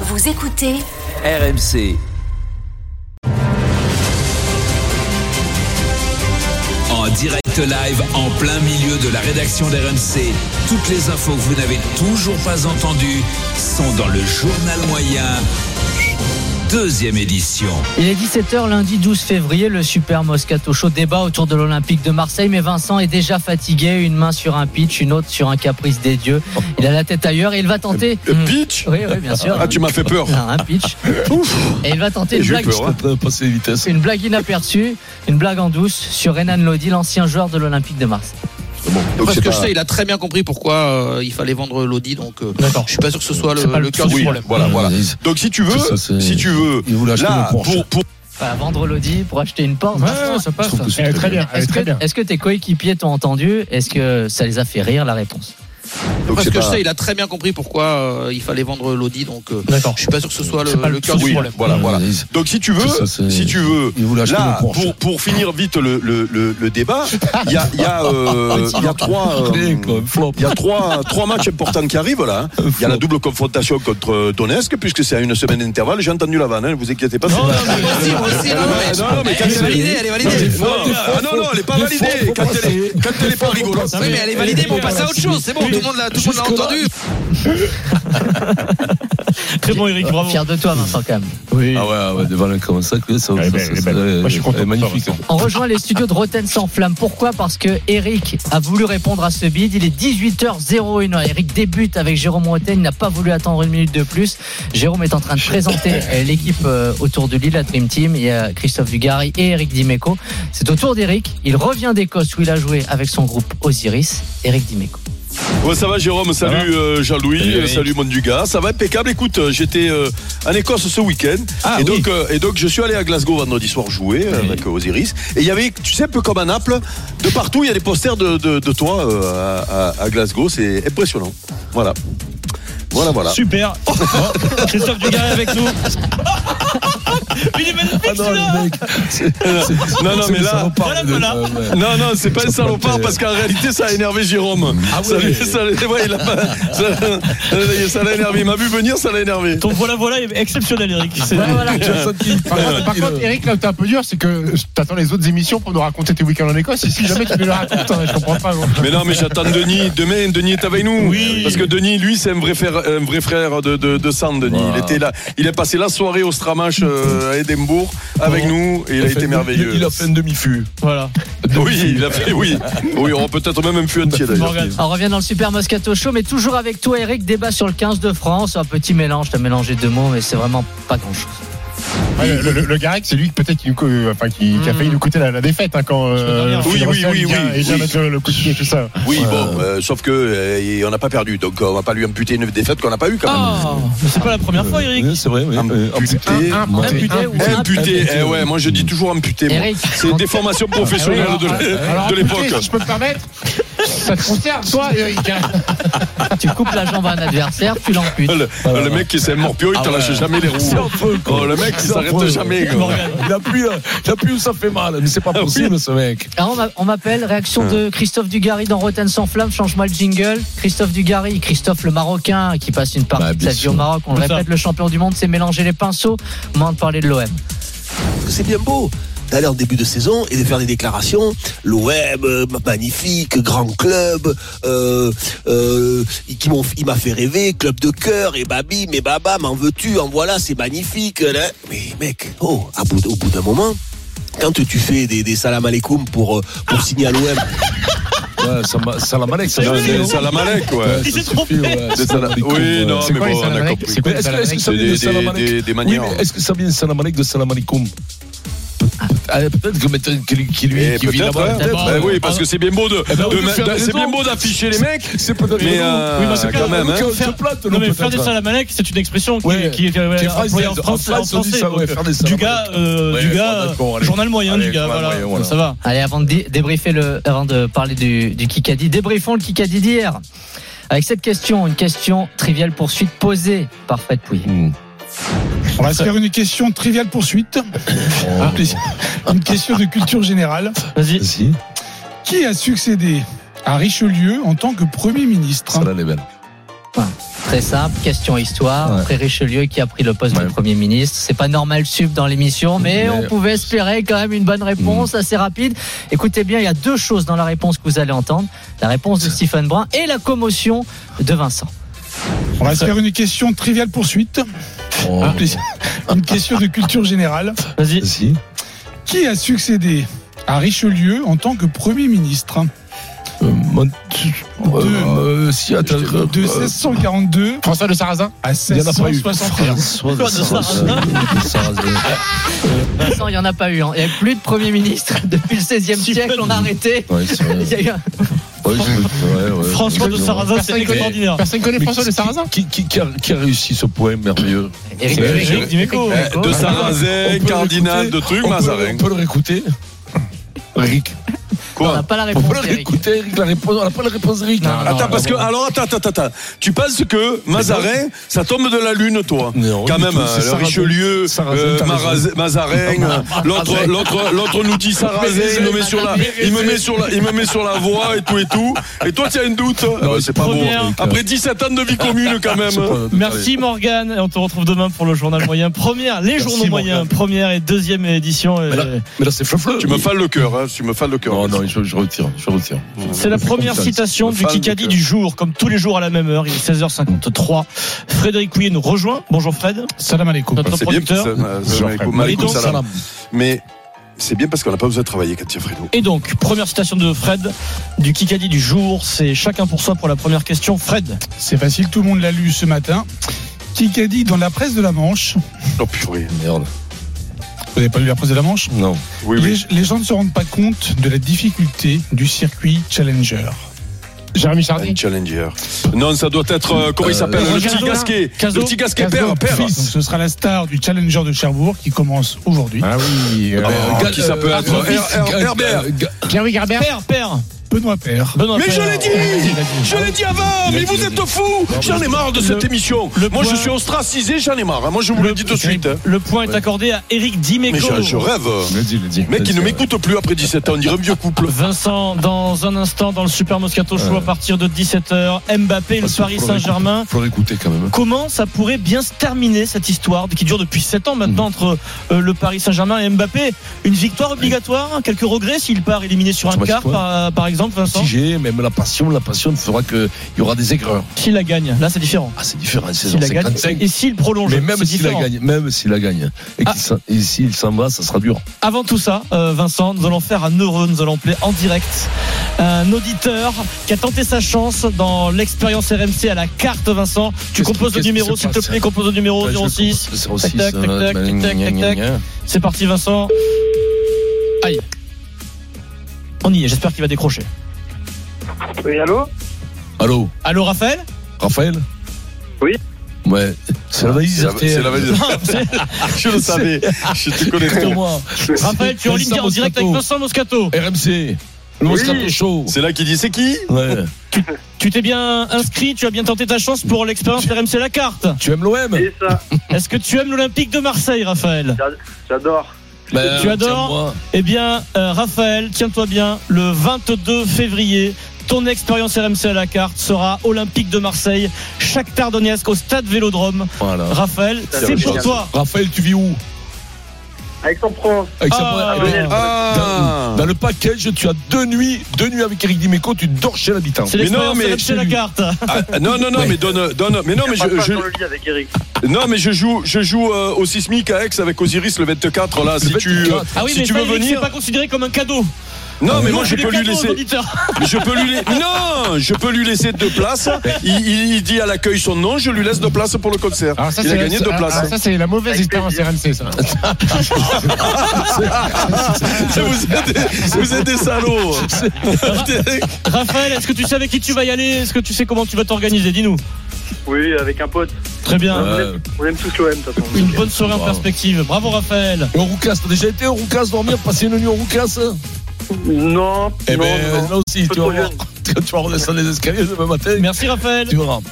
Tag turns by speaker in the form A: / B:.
A: Vous écoutez
B: RMC. En direct live, en plein milieu de la rédaction d'RMC, toutes les infos que vous n'avez toujours pas entendues sont dans le journal moyen. Deuxième édition.
C: Il est 17h lundi 12 février, le super Moscato Show débat autour de l'Olympique de Marseille, mais Vincent est déjà fatigué, une main sur un pitch, une autre sur un caprice des dieux. Il a la tête ailleurs et il va tenter...
D: Le Euh, pitch
C: Oui, oui, bien sûr.
D: Ah, tu m'as fait peur.
C: Un, un pitch. Et il va tenter une
D: J'ai eu
C: blague,
D: peur. hein.
E: passer vitesse.
C: une blague inaperçue, une blague en douce sur Renan Lodi, l'ancien joueur de l'Olympique de Marseille.
D: Donc
F: Parce
D: c'est
F: que
D: pas...
F: je sais, il a très bien compris pourquoi euh, il fallait vendre l'Audi, donc euh,
C: D'accord.
F: je suis pas sûr que ce soit le,
C: C'est pas le
F: le cœur du
D: Oui,
F: problème.
D: voilà, voilà. Donc si tu veux,
E: Ça, c'est-
D: si tu veux,
E: Il voulait acheter
D: là,
E: une Porsche.
D: pour, pour-
C: Voilà, vendre Lodi pour acheter une Porsche. Vincent,
G: ça passe.
E: trouve que c'est
G: Elle est
E: très
G: très bien. elle est
C: Est-ce
G: très bien.
C: que, est-ce que tes coéquipiers t'ont entendu Est-ce que ça les a fait rire la réponse
D: donc
F: Parce
D: c'est
F: que je
D: pas-
F: sais, il a très bien compris pourquoi euh, il fallait vendre l'Audi, donc euh,
C: D'accord.
F: je suis pas sûr que ce soit le,
C: C'est pas le
F: le cœur du
D: Oui,
F: problème.
D: voilà, voilà.
E: Mmh.
D: Donc si tu
E: Ça,
D: veux,
E: c'est-
D: si tu veux,
E: Il voulait acheter
D: là,
E: une Porsche.
D: pour, pour finir vite le, le, le, le débat, il y a, il y a, euh, il y a trois, euh,
E: Clé, quoi, flop.
D: il y a trois, trois matchs importants qui arrivent là. hein. Il y a la double confrontation contre euh, Donetsk puisque c'est à une semaine d'intervalle. J'ai entendu la vanne, hein, vous inquiétez pas. c'est pas-
F: Moi aussi, moi aussi, non, mais-
D: Non, non, mais quand
F: Elle est
D: c'est-
F: validée, elle est validée.
D: Non, ah, non, non, elle est pas validée. Quand elle est, quand elle est pas rigolote.
F: Oui, mais elle est validée, mais on passe à autre chose, c'est bon, tout le monde l'a tout le monde l'a entendu.
G: Très bon, Eric, bravo.
C: Fier de toi, Vincent, quand même.
G: Oui.
E: Ah ouais, ouais, des ballons comme ça, que ça,
G: Elle est
E: ça,
G: belle,
E: ça,
G: elle est
E: ça,
G: belle.
E: ouais,
G: Moi, je suis content
E: elle est
G: de toi,
E: magnifique.
G: Vincent.
C: On rejoint les studios de Roten sans flamme. Pourquoi Parce que Eric a voulu répondre à ce bid. Il est 18h01. Eric débute avec Jérôme Roten. Il n'a pas voulu attendre une minute de plus. Jérôme est en train de présenter euh, l'équipe euh, autour de Lille, la Dream Team. Il y a Christophe Dugarry et Eric Dimeco. C'est au tour d'Eric. Il revient d'Écosse où il a joué avec son groupe Osiris. Eric Dimeco.
D: Ouais, ça va Jérôme, salut euh, Jean-Louis,
E: Salut,
D: euh,
E: Eric.
D: salut Monduga, ça va impeccable. Écoute, euh, j'étais euh, en Écosse ce week-end
E: Ah,
D: et,
E: oui.
D: donc, euh, et donc je suis allé à Glasgow vendredi soir jouer euh, avec Osiris et il y avait, tu sais, un peu comme à Naples, de partout il y a des posters de, de- de toi euh, à, à- à Glasgow, c'est impressionnant. Voilà. Voilà, voilà.
G: Super.
H: Oh.
G: Christophe Dugarry avec nous. Il est magnifique
E: Ah non,
G: celui-là.
E: le mec, c'est- c'est-
D: Non, non,
E: c'est
D: mais
E: le
D: là-
E: salopard,
G: Voilà,
E: le-
G: voilà.
E: ouais, ouais.
D: Non, non, c'est pas un
E: Ça peut
D: salopard
E: être-
D: parce qu'en réalité, ça a énervé Jérôme.
E: Ah
D: ça
E: oui.
D: l'a- ça l'a- ouais, il a pas- ça- ça l'a énervé. Il m'a vu venir, ça l'a énervé.
G: Ton voilà voilà est exceptionnel, Eric. C'est-
C: Voilà, voilà.
E: Tu as senti-
I: Par contre, par contre, Eric, là où t'es un peu dur, c'est que t'attends les autres émissions pour nous raconter tes week-ends en Écosse. Et si jamais tu nous les racontes, hein, je comprends pas. moi.
D: Mais non, mais j'attends Denis. Demain, Denis est avec nous.
G: Oui.
D: Parce que Denis, lui, c'est un vrai frère, un vrai frère de, de, de sang, Denis. Il était là. Il a passé la soirée au Stramache euh, à Édimbourg avec
E: Bon.
D: nous et il a
E: fait
D: été
E: une-
D: merveilleux.
E: Il a fait une demi-fût.
G: Voilà.
D: Oui, il a fait, oui. Oui, on peut-être même un fût entier d'ailleurs.
G: Morgane.
C: On revient dans le Super Moscato Show, mais toujours avec toi, Eric. Débat sur le 15 de France. Un petit mélange. T'as mélangé deux mots, mais c'est vraiment pas grand-chose.
I: Ouais, le, le, le Garec, c'est lui qui peut-être qui, nous co- euh, enfin, qui,
D: Hmm.
I: qui a failli nous coûter la, la défaite hein, quand.
G: dernière.
D: Oui, oui,
I: Russell
D: oui,
I: vient-
D: oui,
I: Et vient
D: oui.
I: mettre le, le coup de pied et tout ça.
D: Oui, bon, euh, sauf que euh, et on n'a pas perdu, donc euh, on va pas lui amputer une défaite qu'on n'a pas eue quand même.
G: Ah, mais c'est pas la première fois, Eric.
E: Ouais, C'est vrai, oui. euh,
D: Amputé.
C: Amputé ou imputé
D: Amputé, eh ouais, moi je dis toujours amputé. moi.
C: Eric, Ah
D: C'est des formations professionnelles
I: Alors,
D: de
J: Ah
I: alors,
D: de l'époque.
I: écoutez, Si je peux me permettre, ça te concerne, toi, Eric. hein.
C: tu coupes la jambe à un adversaire, tu l'amputes.
D: Le,
E: Ah,
D: le mec qui s'est morpio, il te lâche jamais les
E: C'est
D: roues.
E: affreux, quoi.
D: Oh, le mec, il
E: C'est
D: s'arrête
E: affreux.
D: jamais, quoi.
E: Morgane, Il appuie, là. il appuie où ça fait mal. Mais c'est pas possible, ce mec.
C: Ah, on m'a- on m'appelle, réaction
E: Hein.
C: de Christophe Dugarry dans Rotten sans flamme, change-moi le jingle. Christophe Dugarry, Christophe le Marocain, qui passe une partie
E: Bah,
C: de
E: bien
C: sa vie
E: sûr.
C: au Maroc. On le
G: C'est ça.
C: répète, le champion du monde s'est mélangé les pinceaux. Moment de parler de l'OM.
H: c'est bien beau d'aller en début de saison et de faire des déclarations. L'OM, euh, magnifique, grand club, euh, euh, qui m'ont- il m'a fait rêver, club de cœur, et babi, mais baba, m'en veux-tu, en voilà, c'est magnifique. hein. là. Mais mec, oh, à bout- au bout d'un moment, quand tu fais des, des salam alaikum pour, euh, pour signer à l'OM,
E: Ouais, ça m'a- ça l'a mal, ça
D: Non,
E: m'a-
D: C'est Salamalek, ouais.
E: Ouais, ça
G: Il s'est
E: suffit,
G: trompé.
E: ouais,
D: Des
E: ça
D: sala-
E: m'a dit
D: Oui,
E: qu'on-
D: non,
I: C'est
D: mais
I: quoi les
D: bon, on
I: salam
D: a
I: alaikum
D: compris.
I: C'est quoi
E: Mais
I: les
E: est-ce
I: salam
E: que, est-ce que
I: alaikum
E: ça
D: C'est
E: vient
D: des- des-
E: de Salamalek
D: des- des manières.
E: Oui, mais est-ce que ça vient de Salamalek de Salamalikoum Euh, Peut-être que maintenant, que lui- qui lui
D: Eh,
E: qui vit
D: peut-être,
E: là-bas.
D: ouais.
E: peut-être.
D: Bah oui, parce que c'est bien beau de,
E: Eh ben, on
D: de-
E: peut
D: de-
E: faire des Eh,
D: c'est bien
E: dons.
D: beau d'afficher les mecs.
E: C'est peut-être
D: Mais,
E: raison.
D: euh,
E: Oui, mais c'est
D: quand
E: quand
D: même, hein.
E: même. Se plate,
G: Non, mais
E: peut-être.
G: faire des salamalek, c'est une expression qui,
E: Ouais.
G: qui est
E: Qui est
G: euh, employée en
E: française.
G: France,
E: En
G: en
E: France, on dit
G: français.
E: ça, ouais,
G: donc, euh,
E: faire des
G: du
E: salamalek.
G: gars, euh,
E: Ouais,
G: du
E: bon,
G: gars, euh,
E: d'accord, allez.
G: journal moyen,
E: Allez,
G: du gars.
E: journal
G: Voilà,
E: moyen, voilà.
G: ça va.
C: Allez, avant de dé- débriefer le, avant de parler du, du Kikadi, débriefons le Kikadi d'hier. Avec cette question, une question triviale poursuite posée par Fred Pouillet.
E: Hmm.
J: On va se faire une question triviale poursuite. Ah, Une question de culture générale.
G: Vas-y.
E: Si,
J: Qui a succédé à Richelieu en tant que Premier ministre
E: Ben. celle-là, elle est belle.
C: Très simple, question histoire.
E: Ouais.
C: Après Richelieu qui a pris le poste de
E: Ouais.
C: Premier ministre. C'est pas normal sup dans l'émission, mais,
E: Mais- Mm.
C: on pouvait espérer quand même une bonne réponse assez rapide. Écoutez bien, il y a deux choses dans la réponse que vous allez entendre. La réponse de Stephen Brun et la commotion de Vincent.
J: On va se faire une question triviale poursuite.
E: Oh,
J: Hein, Une question de culture générale.
G: Vas-y.
E: si.
J: Qui a succédé à Richelieu en tant que Premier ministre
E: Euh, mon- euh, si, attends, euh,
J: de 1642
I: François de Sarrazin
J: à
E: Il y en a pas eu.
J: 1661
E: François de Sarrazin.
C: Vincent, il n'y en a pas eu. hein. Il n'y a plus de Premier ministre depuis le 16e siècle. On a arrêté.
E: Ouais, c'est vrai.
C: Il y a eu un-
E: Ouais, je- ouais, ouais.
G: François de Sarrazin, c'est
I: Personne connaît-
G: extraordinaire.
I: Personne connaît
E: Mais
I: François de
E: qui-
I: Sarrazin
E: qui, qui, qui, a, qui a réussi ce poème merveilleux
C: Éric
E: C'est Eh,
C: Dimeco.
E: Éric
G: Dimeco.
C: Éric
D: De
C: Dimeco.
D: Sarrazin,
E: On peut
D: Cardinal, de
E: l'écouter.
D: trucs,
E: on, peut,
D: Mazarin.
E: on peut le réécouter Eric.
C: On n'a
D: Quoi
C: pas la
E: On
C: réponse.
E: peut le
C: Éric.
E: réécouter, Eric, la réponse. On n'a pas la réponse, Eric.
C: Non, non,
D: Attends, parce que, alors, attends, attends, attends. Tu penses que Mazarin, ça tombe de la lune, toi
E: Non,
D: Quand
E: du
D: même,
E: tout,
D: euh,
E: c'est
D: le
E: Sarrazin.
D: Richelieu,
E: Sarrazin,
D: euh,
E: t'as raison.
D: Maraz- Mazarin, euh, l'autre, l'autre, l'autre nous dit Sarrazin, il me met sur la, il me met sur la, il me met sur la voie et tout et tout. Et toi, tu as une doute Ah ouais, C'est pas bon.
G: Première.
D: Après 17 ans de vie commune, quand même. hein.
E: C'est pas-
G: Merci Morgane, et on te retrouve demain pour le journal moyen. Première, les
E: Merci,
G: journaux moyens,
E: Morgane.
G: première et deuxième édition. euh, et
E: Mais là, mais là c'est fleuve
D: Tu me fales le cœur, hein, tu me fales le cœur.
E: Non, non, je, je retire. Je retire.
G: C'est la
E: C'est
G: première
E: comme ça,
G: citation
D: c'est
G: du
D: le fan
G: Kikadi
D: du
G: du jour, comme tous les jours à la même heure, il est 16h53. Frédéric Couillet nous rejoint. Bonjour Fred,
J: Salam alaikum.
G: notre
D: C'est bien,
G: producteur.
D: ça, euh, ça,
E: Genre,
D: Malikoum,
G: Et
D: Malikoum
G: donc,
D: Salam. Mais c'est bien parce qu'on n'a pas besoin de travailler, Katia Fredo.
G: Et donc, première citation de Fred du Kikadi du jour, c'est chacun pour soi pour la première question. Fred,
J: C'est facile, tout le monde l'a lu ce matin. Qui qu'a dit dans la presse de la Manche
D: Oh purée.
E: Merde.
J: Vous n'avez pas lu la presse de la Manche
E: Non.
D: Oui, oui.
J: les, les gens ne se rendent pas compte de la difficulté du circuit Challenger.
I: Jérémy
J: Ah
I: Chardy
D: Un challenger. Non, ça doit être. euh, comment il
E: Euh,
D: s'appelle Le petit
G: Cazorla.
D: gasquet.
G: Cazor-
D: Le petit gasquet,
J: Casdor,
D: père, père.
J: fils, donc ce sera la star du Challenger de Cherbourg qui commence aujourd'hui.
I: Ah oui. euh,
D: Oh, qui ça peut être R- R- Herbert.
I: Jean-Louis Garbert
G: père, père,
J: Benoît Père.
G: Benoît
D: Mais je
G: Père.
D: l'ai dit Je l'ai dit avant Mais vous êtes fous J'en ai marre de cette émission.
G: le
D: Moi, je
G: point-
D: suis ostracisé, j'en ai marre. hein. Moi, je vous le dis de suite. hein.
G: Le point est accordé à Eric Dimeco.
D: Mais je, je rêve.
E: Le dis, le dis.
D: Mec, il ne m'écoute plus après 17 ans. On dirait un vieux couple.
G: Vincent, dans un instant, dans le Super Moscato Show,
E: Ouais.
G: à partir de 17h,
D: euh,
G: Mbappé et le Paris Saint-Germain.
E: Faut l'écouter quand même.
G: Comment ça pourrait bien se terminer cette histoire qui dure depuis 7 ans maintenant
E: Mhm.
G: entre euh, le Paris Saint-Germain et Mbappé Une victoire obligatoire Quelques regrets s'il part éliminé sur un
E: Ça va,
G: quart
E: c'est quoi
G: par, par exemple Vincent
E: Tigé, même la passion, la passion fera qu'il y aura des aigreurs.
G: S'il la gagne, là c'est différent.
E: Ah, c'est différent, c'est
G: S'il la gagne
E: 55.
G: et s'il prolonge,
E: Mais même
G: c'est
E: s'il la
G: différent.
E: gagne, même s'il la gagne, et
G: Ah.
E: qu'il s'en- et s'il s'en va, ça sera dur.
G: Avant tout ça, euh, Vincent, nous allons faire un heureux, nous allons appeler en direct un auditeur qui a tenté sa chance dans l'expérience RMC à la carte Vincent.
E: Qu'est-ce
G: Tu composes
E: qui-
G: le
E: qu'est-ce
G: numéro
E: qui se
G: s'il te
E: passe
G: plaît, compose le numéro 06. Tac, tac, tac,
E: hein, ben,
G: tac, tac, tac, tac. C'est parti Vincent. Aïe. On y est, j'espère qu'il va décrocher.
E: Allô,
G: Allô Raphaël
E: Raphaël
A: Oui.
E: Ouais, c'est la
D: C'est
E: valise
D: la-
E: RTL.
D: c'est la valise.
G: Non, c'est-
D: Je le savais. Je te connais trop.
E: Écoute-moi.
G: Raphaël, tu es en ligne
E: Vincent
G: t'es en direct avec
E: Moscato.
G: Vincent Moscato.
E: RMC, le Moscato Show.
D: C'est là qu'il dit c'est qui
E: Ouais.
G: Tu t'es bien inscrit, tu as bien tenté ta chance pour l'expérience RMC à la carte.
E: Tu aimes l'OM
A: C'est ça,
G: Est-ce que tu aimes l'Olympique de Marseille Raphaël
A: j'adore.
E: Ben,
G: Tu adores
E: tiens-moi.
G: Eh bien, euh, Raphaël, tiens-toi bien, le 22 février, ton expérience RMC à la carte sera Olympique de Marseille, Shakhtar Donetsk au stade Vélodrome.
E: Voilà.
G: Raphaël,
A: Ça,
G: c'est
A: c'est
G: pour
A: génial.
G: toi.
E: Raphaël, tu vis où
A: Avec son prince,
E: Avec sa-
G: Ah,
E: Eh ben,
D: Ah
E: Dans le package, tu as deux nuits, deux nuits avec Eric Dimeco, tu dors chez l'habitant.
G: C'est
D: Mais
G: l'expérience
D: non, mais
G: RMC à la carte.
D: Ah, Non, non, non, mais donne. donne mais non, mais
A: je,
D: je. je-
A: dans le lit avec Eric.
D: Non mais je joue je joue euh, au sismique à Aix avec Osiris le 24 là si tu euh,
G: Ah oui,
D: si
G: mais
D: tu
G: ça,
D: veux
G: Eric, c'est
D: venir
G: pas considéré comme un cadeau.
D: non mais
G: Nous, on
D: moi je
G: fait des
D: peux lui
G: cadeaux aux
D: laisser
G: auditeurs.
D: je peux lui la- non je peux lui laisser deux places il, il- il dit à l'accueil son nom je lui laisse deux places pour le concert
I: Alors ça,
D: il a
I: c'est-
D: gagné deux
I: ah,
D: places hein.
I: ah, ça, c'est la mauvaise
A: Avec
I: expérience RMC, ça.
D: vous êtes des, vous êtes des salauds
I: Ah,
G: Raphaël, est-ce que tu sais avec qui tu vas y aller Est-ce que tu sais comment tu vas t'organiser Dis-nous.
A: Oui, avec un pote.
G: Très bien.
E: Euh,
A: On aime tous l'OM, de toute façon.
G: Une bonne soirée en
E: Bravo.
G: perspective. Bravo Raphaël.
E: Au Roucas, t'as déjà été au Roucas dormir, passer une nuit au Roucas
A: Non,
E: Eh
A: non,
E: ben,
A: non.
E: là aussi,
A: Peu
E: tu vas
A: trop
E: voir. Quand tu vas redescendre les escaliers demain matin,
G: Merci Raphaël.
E: tu verras.